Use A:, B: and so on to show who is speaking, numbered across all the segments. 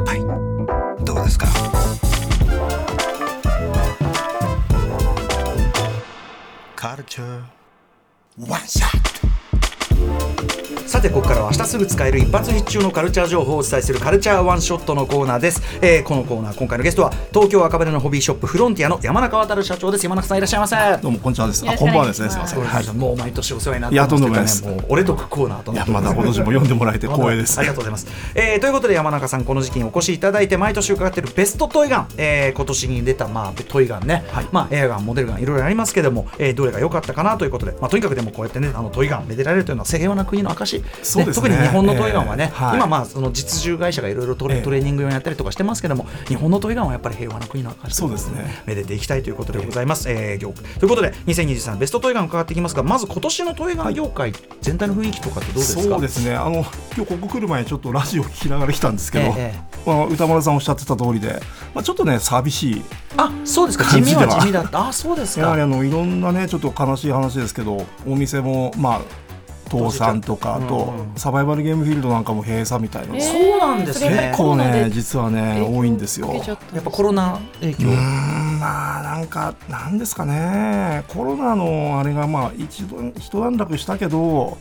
A: っぱいどうですかカルチャーワンショット
B: さてここからは明日すぐ使える一発必中のカルチャー情報をお伝えするカルチャーワンショットのコーナーです、えーこのコーナー今回のゲストは東京赤羽のホビーショップフロンティアの山中渡社長です山中さんいらっしゃいませ
C: どうもこんにちはです。
D: よ
C: あ
D: ろしくお
C: こんばんは
D: 願
C: で
D: いし
C: すね。
D: ます
C: すみません。
B: はい、もう毎年お世話になってますけど
C: いやとんでもない
B: ね
C: です
B: もう俺とくコーナーと
C: い
B: なっ
C: や
B: てま
C: ますた今年も呼んでもらえて光栄です
B: あ。りがとうございます、えーということで山中さんこの時期にお越しいただいて毎年伺っているベストトイガン、えー今年に出た、まあ、トイガンね、まあ、エアガンモデルガンいろいろありますけども、えーどれが良かったかなということで、まあ、とにかくでもこうやってねあのトイガンめでられるというのは平和な国の証
C: そうですね
B: 特に日本のトイガンはね、
C: えーはい
B: 今まあその実銃会社がいろいろトレ,、
C: ええ
B: トレーニング用にやったりとかしてますけども日本のトイガンはやっぱり平和な国の証とい
C: そうですね
B: めでていきたいということでございます、えー業ということで2023ベストトイガン伺っていきますがまず今年のトイガン業界全体の雰囲気とかってどうですか
C: そうですね。あの今日ここ来る前にちょっとラジオ聞きながら来たんですけど、
B: えええ
C: あの歌丸さんおっしゃってた通りで、まあちょっとね寂しい。
B: あそうですか地
C: 感じ
B: 味
C: では
B: は地味だったあそうです
C: やはり
B: か
C: あのいろんなねちょっと悲しい話ですけど、お店もまあ倒産とかあと
B: うんうん
C: サバイバルゲームフィールドなんかも閉鎖みたいなのが。
D: えー
B: そうなんです
D: それ
B: ね
C: 結
D: が
C: 構
D: コロナ
C: ね
D: で
C: 実はね多いんですよ。
D: 受けちゃった
B: やっぱコロナ影響
C: うーんまあなんかなんですかねコロナのあれがまあ一度一段落したけど、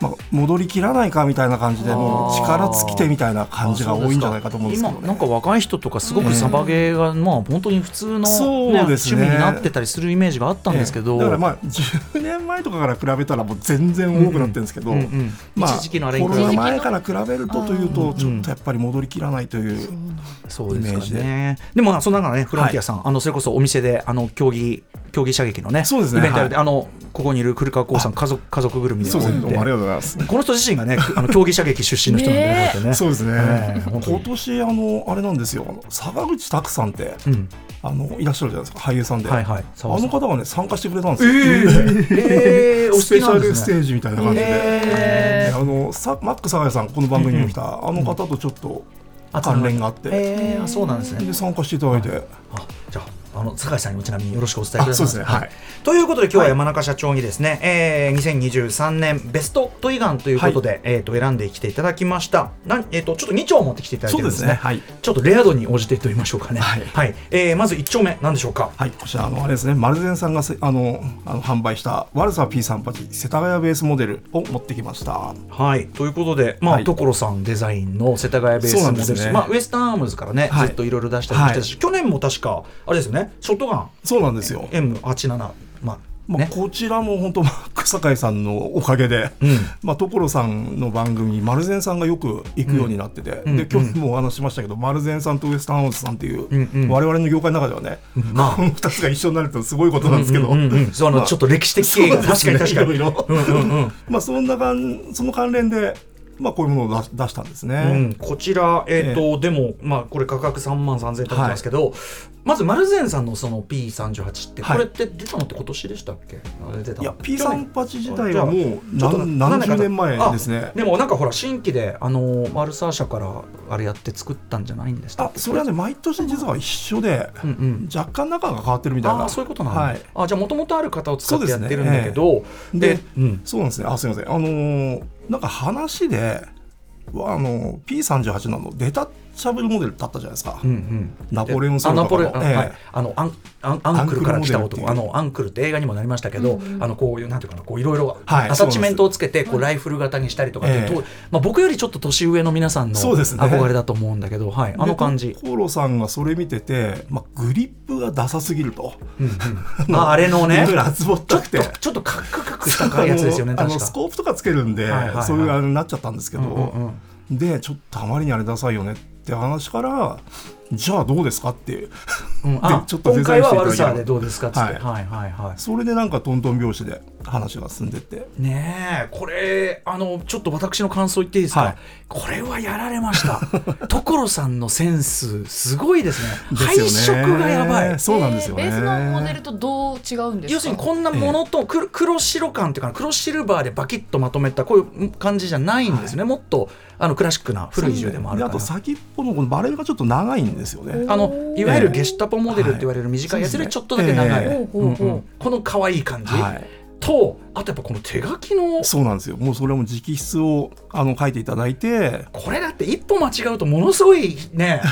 C: まあ、戻りきらないかみたいな感じで
B: あー
C: もう力尽きてみたいな感じが多いんじゃないかと思うんですけど、ね、
B: 今なんか若い人とかすごくサバゲーが、まあ本当に普通の、ね
C: そうです
B: 趣味
C: ね
B: になってたりするイメージがあったんですけど、
C: ええだからまあ10年前とかから比べたらもう全然多くなってるんですけど、
B: うんうん
C: まあ、
B: 一時期のあれに
C: コ
B: 比
C: ロ
B: べ
C: ナ
B: て
C: 前から比べるとというとちょっとやっぱり戻りきらないという、
B: そうです
C: イメー
B: か
C: ジ
B: ね。でもまあその中でねフロンティアさん、あのそれこそお店であの競技競技射撃のね
C: そうですね
B: イベントやるで、あのここにいる古川光さん家族家族ぐるみで
C: そうですねどうもあり
B: こ
C: がとうございます。
B: の人自身がねあの競技射撃出身の人なんで
D: ね
B: だってね。
C: そうですね、
B: ええ本当に
C: 今年あのあれなんですよあの坂口拓さんって、
B: うん
C: あのいらっしゃるじゃないですか俳優さんで、
B: はいはい
C: あの方がね参加してくれたんです よ、
B: ええお好
C: ス
B: き
C: ペシ
B: な
C: ャ
B: んで
C: ルス
B: す
C: テ
B: ね。
C: ージみたいな感じで、
B: え
C: であのさマック坂井さんこの番組にも来た、あの方とちょっと
B: あ
C: 関連があって、
B: ええあそうなんですね
C: で。参加していただいて、
B: あじゃああの酒井さんにもちなみによろしくお伝えください。
C: あそうですねはい
B: ということで今日は山中社長にですね、えー、2023年ベストトイガンということで、えっ、と選んできていただきました。なんえっ、とちょっと2丁持ってきていただいてるんですね。
C: そうですねはい
B: ちょっとレア度に応じてと言いましょうかね。
C: はい
B: えーまず1丁目なんでしょうか。
C: はい、こちらあのあれですね丸善さんがせあのあの販売したワルサー P38 世田谷ベースモデルを持ってきました
B: はい、ということで、まあ
C: はい
B: 所さんデザインの世田谷ベース
C: そう
B: モ
C: なん
B: デ
C: で
B: ルで
C: すね
B: す、まあ、ウエスタンアームズからね、
C: はい
B: ずっといろいろ出したりもしてたし、去年も確か、あれですよね、ショットガン
C: そうなんですよ、
B: M87、まあ
C: まあ、
B: ね、
C: こちらも本当マック坂井さんのおかげで、
B: ん
C: まあ、所さんの番組に丸善さんがよく行くようになってて、
B: んう
C: で
B: ん
C: 今日もお話ししましたけど、丸善さんとウエスタンハウスさんっていう、
B: んうん
C: 我々の業界の中ではね、
B: まあ
C: この2つが一緒になるとすごいことなんですけど、
B: うんうんうんそうあの
C: まあ
B: ちょっと歴史的経緯が確かに確かに。
C: そうですねいろいろ
B: うんうんうん
C: まあそんな感その関連で、まあ、こういうものを出し出したんです
B: う
C: ね
B: ん、。こちら、えっとでも、まあ、これ価格3万3000円となんですけど、まず丸善さんのその P38 って、
C: はい
B: これって出たのって今年でしたっけあれ出たの
C: いや
B: 去年
C: P38 自体はもう
B: ちょっと
C: 何何十年前ですね
B: あ。でもなんかほら新規であのーマルサー社からあれやって作ったんじゃないんでした
C: あ
B: っけ
C: それはね毎年実は一緒で、
B: うんうん
C: 若干中が変わってるみたい
B: あ
C: な
B: あそういうことなんだ、
C: はい、
B: あじゃあもともとある方を使って
C: そ
B: や
C: う
B: っ
C: ですね
B: てるんだけど
C: で
B: うん
C: そうなんですね。あ、すみません。あのーなんか話で、わあのー、P38 なのデタッチャブルモデルだったじゃないですか。
B: うんうん
C: ナポレオン
B: あ
C: ソル
B: ナポレ
C: と
B: オン
C: かの。
B: は
C: え
B: いあのアンアンアンクルから来た男
C: ア
B: あ
C: ンクルモデルっていう
B: のアンクルって映画にもなりましたけど、あのこういうなんていうかなこういろいろ
C: は
B: ア
C: い
B: タッチメントをつけてこうライフル型にしたりとかっていう
C: ええ
B: とまあ僕よりちょっと年上の皆さんの
C: そうですね
B: 憧れだと思うんだけど、はい
C: え
B: あの感じ
C: で。コーロさんがそれ見てて、まあ、グリップがダサすぎると。
B: うんああれのね
C: いろいろ厚ぼっ
B: ちょ
C: た
B: っ
C: くて
B: と。ちょっとカクカクしたやつですよね
C: あ
B: 確
C: のあのス
B: か。
C: コープとかつけるんで、
B: はいはいはい
C: そういうあれになっちゃったんですけど、
B: うんうん
C: でちょっとあまりにあれダサいよねって話からじゃあどうですかっていう
B: うん、
C: で
B: あ
C: ちょっとデ
B: 今
C: ザ
B: 回
C: インし
B: は
C: て
B: 悪さで
C: いただければ
B: どうですかっつって、は
C: はい
B: い、はいはい
C: それでなんかトントン拍子で話が進んでって
B: ねえこれあのちょっと私の感想言っていいですか、
C: はい
B: これはやられました 所さんのセンスすごいですね
C: ですよね
B: 配色がやばい
C: そうなんですよね、
D: ベースのモデルとどう違うんですか
B: 要するにこんなモノトーン、黒黒白感っていうか黒シルバーでバキッとまとめたこういう感じじゃないんですね、もっとあのクラシックな古い銃でもある
C: で
B: か
C: あと
B: ら。
C: 先っぽのこのバレルがちょっと長いんですよね
B: あのいわゆるゲシュタポモデルって言われる短いやつよりちょっとだけ長い、
C: ええ
D: ほうほうほう
B: うんうんこの可愛い感じ、
C: はい
B: とあとやっぱこの手書きの
C: そうなんですよもうそれはもう直筆をあの書いていただいて
B: これだって一歩間違うとものすごい ね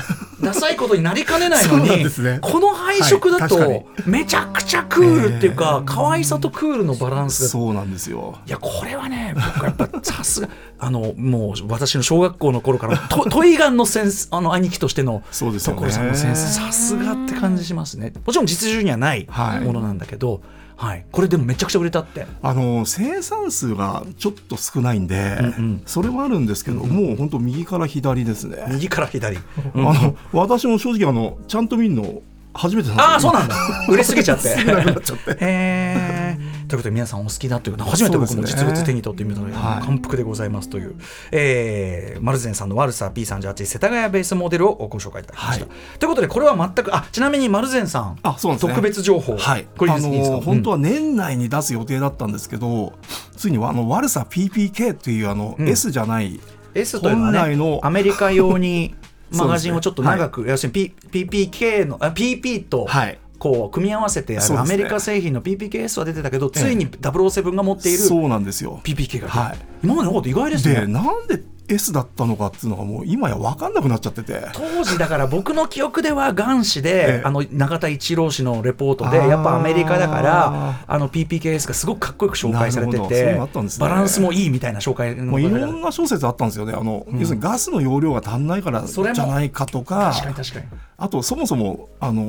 B: ダサいことになりかねないの
C: そうなん
B: に、
C: ですね
B: この配色だ
C: はい確
B: とめちゃくちゃクールっていうか、可愛さとクールのバランスが
C: そうなんですよ
B: いやこれはね、僕はやっぱさすが、 あのもう私の小学校の頃から、と トイガンのセンスあの兄貴としての
C: そうですよね
B: 所さんのセンス、さすがって感じしますね、もちろん実銃にはない
C: はい
B: ものなんだけど、はいこれでもめちゃくちゃ売れたって、
C: あの生産数がちょっと少ないんで、
B: うんうん
C: それはあるんですけど、もう本当右から左ですね、
B: 右から 左、
C: あの私も正直あのちゃんと見るの初めてなんですよ
B: ああ、そうなんだ、 売れすぎちゃって。
C: 少なくなっちゃって
B: えー、ということで皆さんお好きだというのは初めて僕
C: そう
B: も
C: です
B: 実
C: ね
B: 物手に取ってみたので
C: はい
B: 感服でございますという、えーマルゼンさんの悪さ P38 世田谷ベースモデルをご紹介いただきました。
C: は
B: ということでこれは全くあちなみにマルゼンさん
C: あそうなんですね
B: 特別情報、
C: はい、
B: これいい
C: あ
B: ですいいですか
C: の本当
B: は、
C: は年内に出す予定だったんですけど、ついにあの悪さ PPK っていうあの、
B: うん
C: S じゃない
B: S というのは
C: 本
B: ね
C: 来の
B: アメリカ用 にマガジンをちょっと長く、要するに P- PPK のあ PP と
C: はい
B: こう組み合わせてやる、
C: そう
B: ア
C: ですね
B: メリカ製品の PPKS は出てたけど、ついに007が持っている
C: そうなんですよ
B: PPK が、
C: はい
B: 今までのこと意外ですね
C: でなんで S だったのかっていうのがもう今や分かんなくなっちゃってて
B: 当時だから僕の記憶では元氏で
C: ええ、
B: あの永田一郎氏のレポートで
C: あー
B: やっぱアメリカだからあの PPKS がすごくかっこよく紹介されて
C: なるほどそういう
B: て
C: のあったんですね
B: バランスもいいみたいな紹介の
C: もういろ
B: なん
C: な小説あったんですよねあの、要するにガスの容量が足んないからじ
B: それ
C: ゃ
B: も
C: ないかとか
B: 確かに確かに
C: あとそもそもあの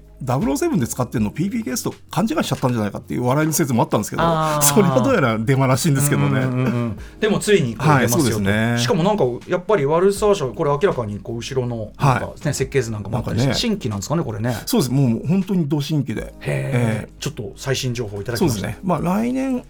C: ー007で使ってるの PPKS と勘違いしちゃったんじゃないかっていう笑いの説もあったんですけど
B: あー
C: それはどうやらデマらしいんですけどね、
B: うんうんうんでもついにこれ出ますよと、
C: はいそうですね
B: しかもなんかやっぱり悪さ者これ明らかにこう後ろのなんか、ね
C: は
B: 設計図なんかもあったりし
C: な
B: て、
C: んかね
B: 新規なんですかねこれね
C: そうですもう本当に同心規で
B: へえ
C: え
B: ちょっと最新情報いただき
C: そう
B: ま
C: で
B: し
C: す
B: た
C: ね、まあ、来年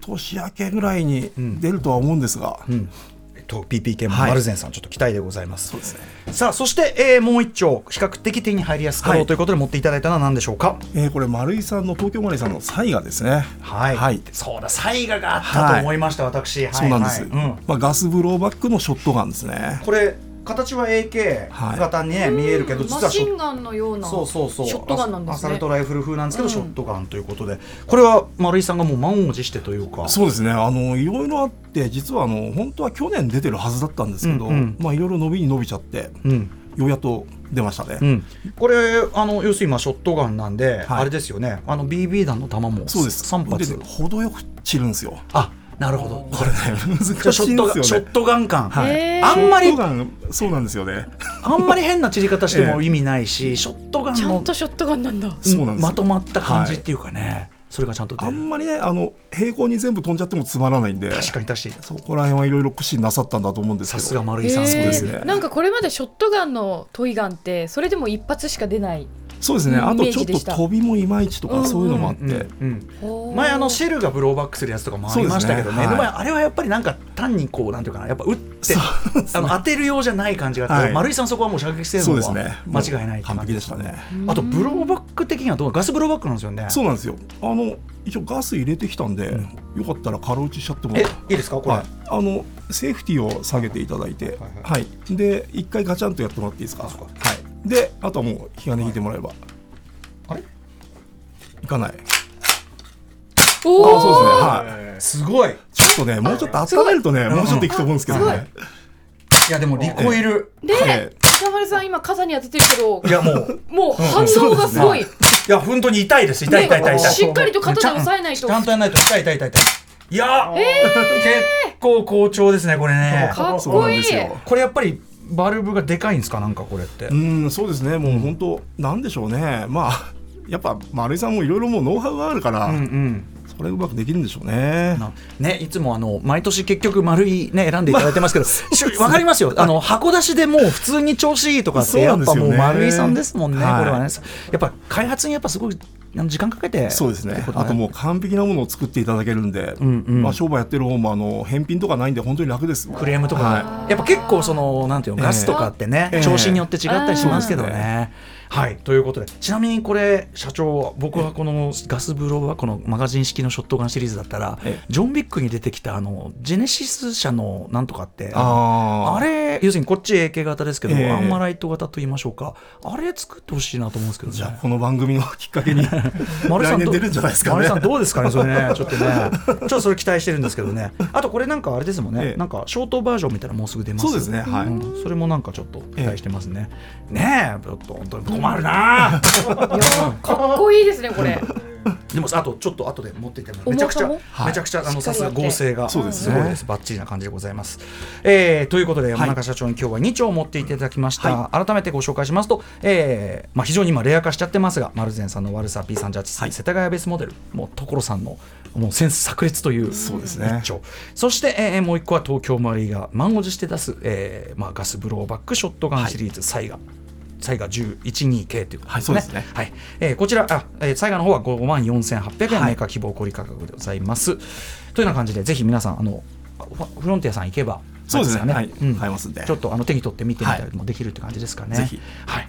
C: 年明けぐらいに
B: ん
C: 出るとは思うんですが、
B: うんえっと、PPK も
C: はい
B: マルゼンさん、ちょっと期待でございます。
C: そうですね
B: さあ、そして、えーもう一丁、比較的手に入りやすくろう、
C: はい
B: ということで持っていただいたのは何でしょうか。
C: えーこれ丸井さんの東京マリーさんのサイがですね
B: はい、
C: はい
B: そうだ、才ががあったと思いました、私、はい
C: そうなんです、
B: はい
C: まあ、ガスブローバックのショットガンですね
B: これ、形は AK
C: はい
B: 型に、ね見えるけど、実
D: マ
B: はシ
D: シ
B: ョ
D: ンガンのような
B: そうそうそう
D: ショットガンなんで
B: ア
D: す
B: サル
D: ね
B: トライフル風なんですけど、
D: うん
B: ショットガンということでこれは丸井さんがもう満を持してというか
C: そうですねあのいろいろあって実はあの本当は去年出てるはずだったんですけど、
B: うんうん
C: まあ、いろいろ伸びに伸びちゃって
B: うん
C: ようやっと出ましたね、
B: うん、これあの要するに今ショットガンなんで、
C: はい
B: あれですよねあの BB 弾の弾も
C: そうです
B: 3発
C: で程よく散るん ですよ
B: あなるほど
C: これね
B: じゃあ
C: 難
B: シ
C: し
B: ョ
C: い
B: ッ
C: ん
B: トガン
C: で
B: シ
C: す
B: ョ
C: よ
B: ッ
C: ね
B: トガン感、
C: はい
D: へー
B: あんま
C: シ
B: り
C: ョットガンそうなんですよね
B: あんまり変な散り方しても意味ないし、ショットガン
D: ちゃ
B: の
D: んとショットガンなんだ
C: そうなんですよ
B: まとまった感じっていうかね、それがちゃんと出
C: あ
B: る
C: んまりねあの平行に全部飛んじゃってもつまらないんで
B: 確かに確かに
C: そこら辺はいろいろ苦心なさったんだと思うんですけ
B: さ
C: ど
B: すが丸
D: へ
B: 井さん、
C: そうですね
D: ーなんかこれまでショットガンのトイガンってそれでも一発しか出ない
C: そうですね
D: うん
C: あと
D: イメー
C: ちょ
D: ジ
C: っ
D: で
C: と
D: した
C: 飛びもいまいちと
D: うんう
C: か
D: ん
C: そういうのもあって、
B: うんうん前
D: 前
B: あのシェルがブローバックするやつとかもありましたけどね
C: そうですね
B: でも
C: はい
B: あれはやっぱりなんか単にこうなんていうかなやっぱ打ってあの当てるようじゃない感じがあって、
C: はい
B: 丸井さんそこはもう射撃性
C: そう
B: 能
C: です
B: は
C: ね
B: 間違いないって感
C: 完
B: じ
C: 璧でしたね
B: あとブローバック的にはどうガスブローバックなんですよね
C: そうなんですよあの一応ガス入れてきたんで、よかったら軽打ちしちゃっても
B: えいいですかこれ、
C: はい、あのセーフティーを下げていただいて、はい
B: はい
C: で一回ガチャンとやってもらっていいですかはい、であとはもう火金引いてもらえば、
B: あれ
C: いかないあ
D: おお
C: そうですねはい
B: すごい
C: ちょっとねもうちょっと温めるとね
B: ごい
C: もうちょっといくと思うんですけどね、
B: いやでもリコイル
C: え
D: で
C: え
D: 中丸さん今傘に当ててるけど
B: いやもう
D: もう反応がすごい
B: うんいや本当に痛いです痛い痛い痛い
D: ね
B: 痛い
D: しっかりと肩で押さえないと
B: ちゃんとやらないと痛い痛い痛い痛いいやー、結構好調ですねこれね
D: かっ
C: そうな
D: こ
C: ん
D: い
C: で
D: い
C: すよ
B: これやっぱりバルブがでかいんですかなんかこれって
C: うんそうですねもう本当なんでしょうねまあやっぱ丸井さんもいろいろもうノウハウがあるから、
B: うんうん
C: それうまくできるんでしょうね
B: なね、いつもあの毎年結局丸いね選んでいただいて ますけど、しわかりますよ。あの箱出しでもう普通に調子いいとかって
C: そう
B: や
C: なん
B: っ
C: で
B: ぱ
C: すよ
B: も
C: ね
B: う丸いさんですもんね。
C: はい
B: これはね、やっぱ開発にやっぱすごいあの時間かけて
C: そうです
B: って
C: ね
B: こ
C: あともう完璧なものを作っていただけるんで、
B: んうん
C: まあ、商売やってる方もあの返品とかないんで本当に楽です
B: クレームとか、
C: は
B: やっぱ結構そのなんていうの
C: ええ
B: ガスとかってね、
C: ええ
B: 調子によって違ったりしますけどね。
C: ええ
B: はいということでちなみにこれ社長僕はこのガスブローはこのマガジン式のショットガンシリーズだったら
C: え
B: ジョン・ビックに出てきたあのジェネシス社のなんとかって
C: あ
B: あ
C: れ
B: れ要するにこっち AK 型ですけど、
C: ええ
B: アンマライト型と言いましょうかあれ作ってほしいなと思うんですけどね
C: じゃあこの番組をきっか けに
B: 丸さん
C: 来
B: ど
C: 年出るんじゃないですかね
B: 丸さんどうですかねそれ ねちょっとねちょっとそれ期待してるんですけどねあとこれなんかあれですもんね、
C: ええ
B: なんかショートバージョンみたいなのもうすぐ出ます
C: そうですねはい、
B: うんそれもなんかちょっと期待してますね、ねえちょっと本当に困るな
D: かっこいいですねこれ
B: でもさあとちょっと後で持っていただいてめちゃくちゃ
D: 重
B: めちゃくちゃあの
D: し
B: さ
D: っかり
B: す
D: や
B: が
D: って
B: 合成が
C: そうです
B: す
C: ね
B: ごいですバッチリな感じでございます、えーということで山中社長に今日は2丁持っていただきました、改めてご紹介しますと、えーまあ、非常に今レア化しちゃってますが丸善さんのワルサー P38、世田谷ベースモデルもう所さんのもうセンス炸裂という
C: そうですね
B: 一丁そして、えーもう一個は東京マリーが満を持して出す、えーまあ、ガスブローバックショットガンシリーズ、サイガサイガ 1112K ということですね。
C: はいそうですね
B: はい、えーこちらあ、えー、サイガの方は5万4800円、メーカー希望小売価格でございます。というような感じで、ぜひ皆さん、あのファフロンティアさん行けば、
C: そうですね
B: あれ
C: はい
B: ようん
C: 買えますんで
B: ちょっとあの手に取って見てみたりもできるって感じですかね。
C: ぜひ
B: はい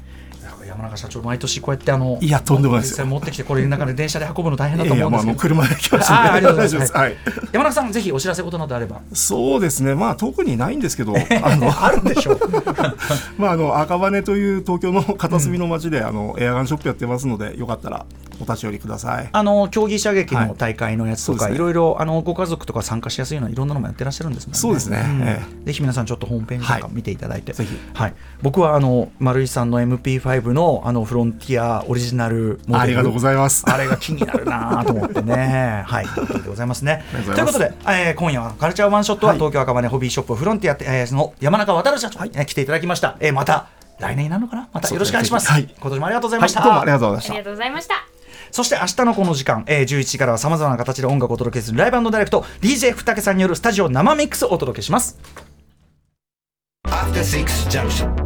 B: 山中社長、毎年こうやってあの、
C: いやとんでもないですよ
B: 実際持ってきて、これ、の中で電車で運ぶの大変だ
C: い
B: と
C: やい
B: 思う
C: や
B: んで
C: まあ
B: すけど、
C: あの車で来まし
B: あー
C: た
B: ありがとうございます
C: はい
B: 山中さん、ぜひお知らせことなどあれば、
C: そうですねまあ特にないんですけ どあの
B: あるんでしょう。
C: まああの赤羽という東京の片隅の街で、あのエアガンショップやってますのでよかったらお立ち寄りください
B: あの競技射撃の大会のやつとか、、
C: はいいそう
B: ろ
C: ですね
B: いろあのご家族とか参加しやすいようないろんなのもやってらっしゃるんですもんね。
C: そうですね
B: ん
C: え
B: ぜひ皆さんちょっとホームページとか
C: はい
B: 見ていただいて、
C: ぜひ
B: はい、僕はあの丸井さんの MP5 のあのフロンティアオリジナルモデル
C: ありがとうございます
B: あれが気になるなと思ってね。 はい、ということでございますね。
C: あり
B: と
C: が
B: いう
C: と
B: こ
C: うご
B: と
C: ざい
B: で、えー今夜はカルチャーワンショットは
C: はい
B: 東京赤羽ホビーショップフロンティア、えーの山中渡社長、えー来ていただきました。えーまた来年になるのかなまたよろしくお願いします。
C: そうですね
B: 今年もありがとうござい
C: は
B: ま
C: い
B: した。
C: どうもありがとうございまし
D: あ
C: た
D: りがとうございました
B: そして明日のこの時間、えー11時からはさまざまな形で音楽をお届けするライブダイレクト DJ ふたけさんによるスタジオ生ミックスをお届けします。
A: After Six Junction.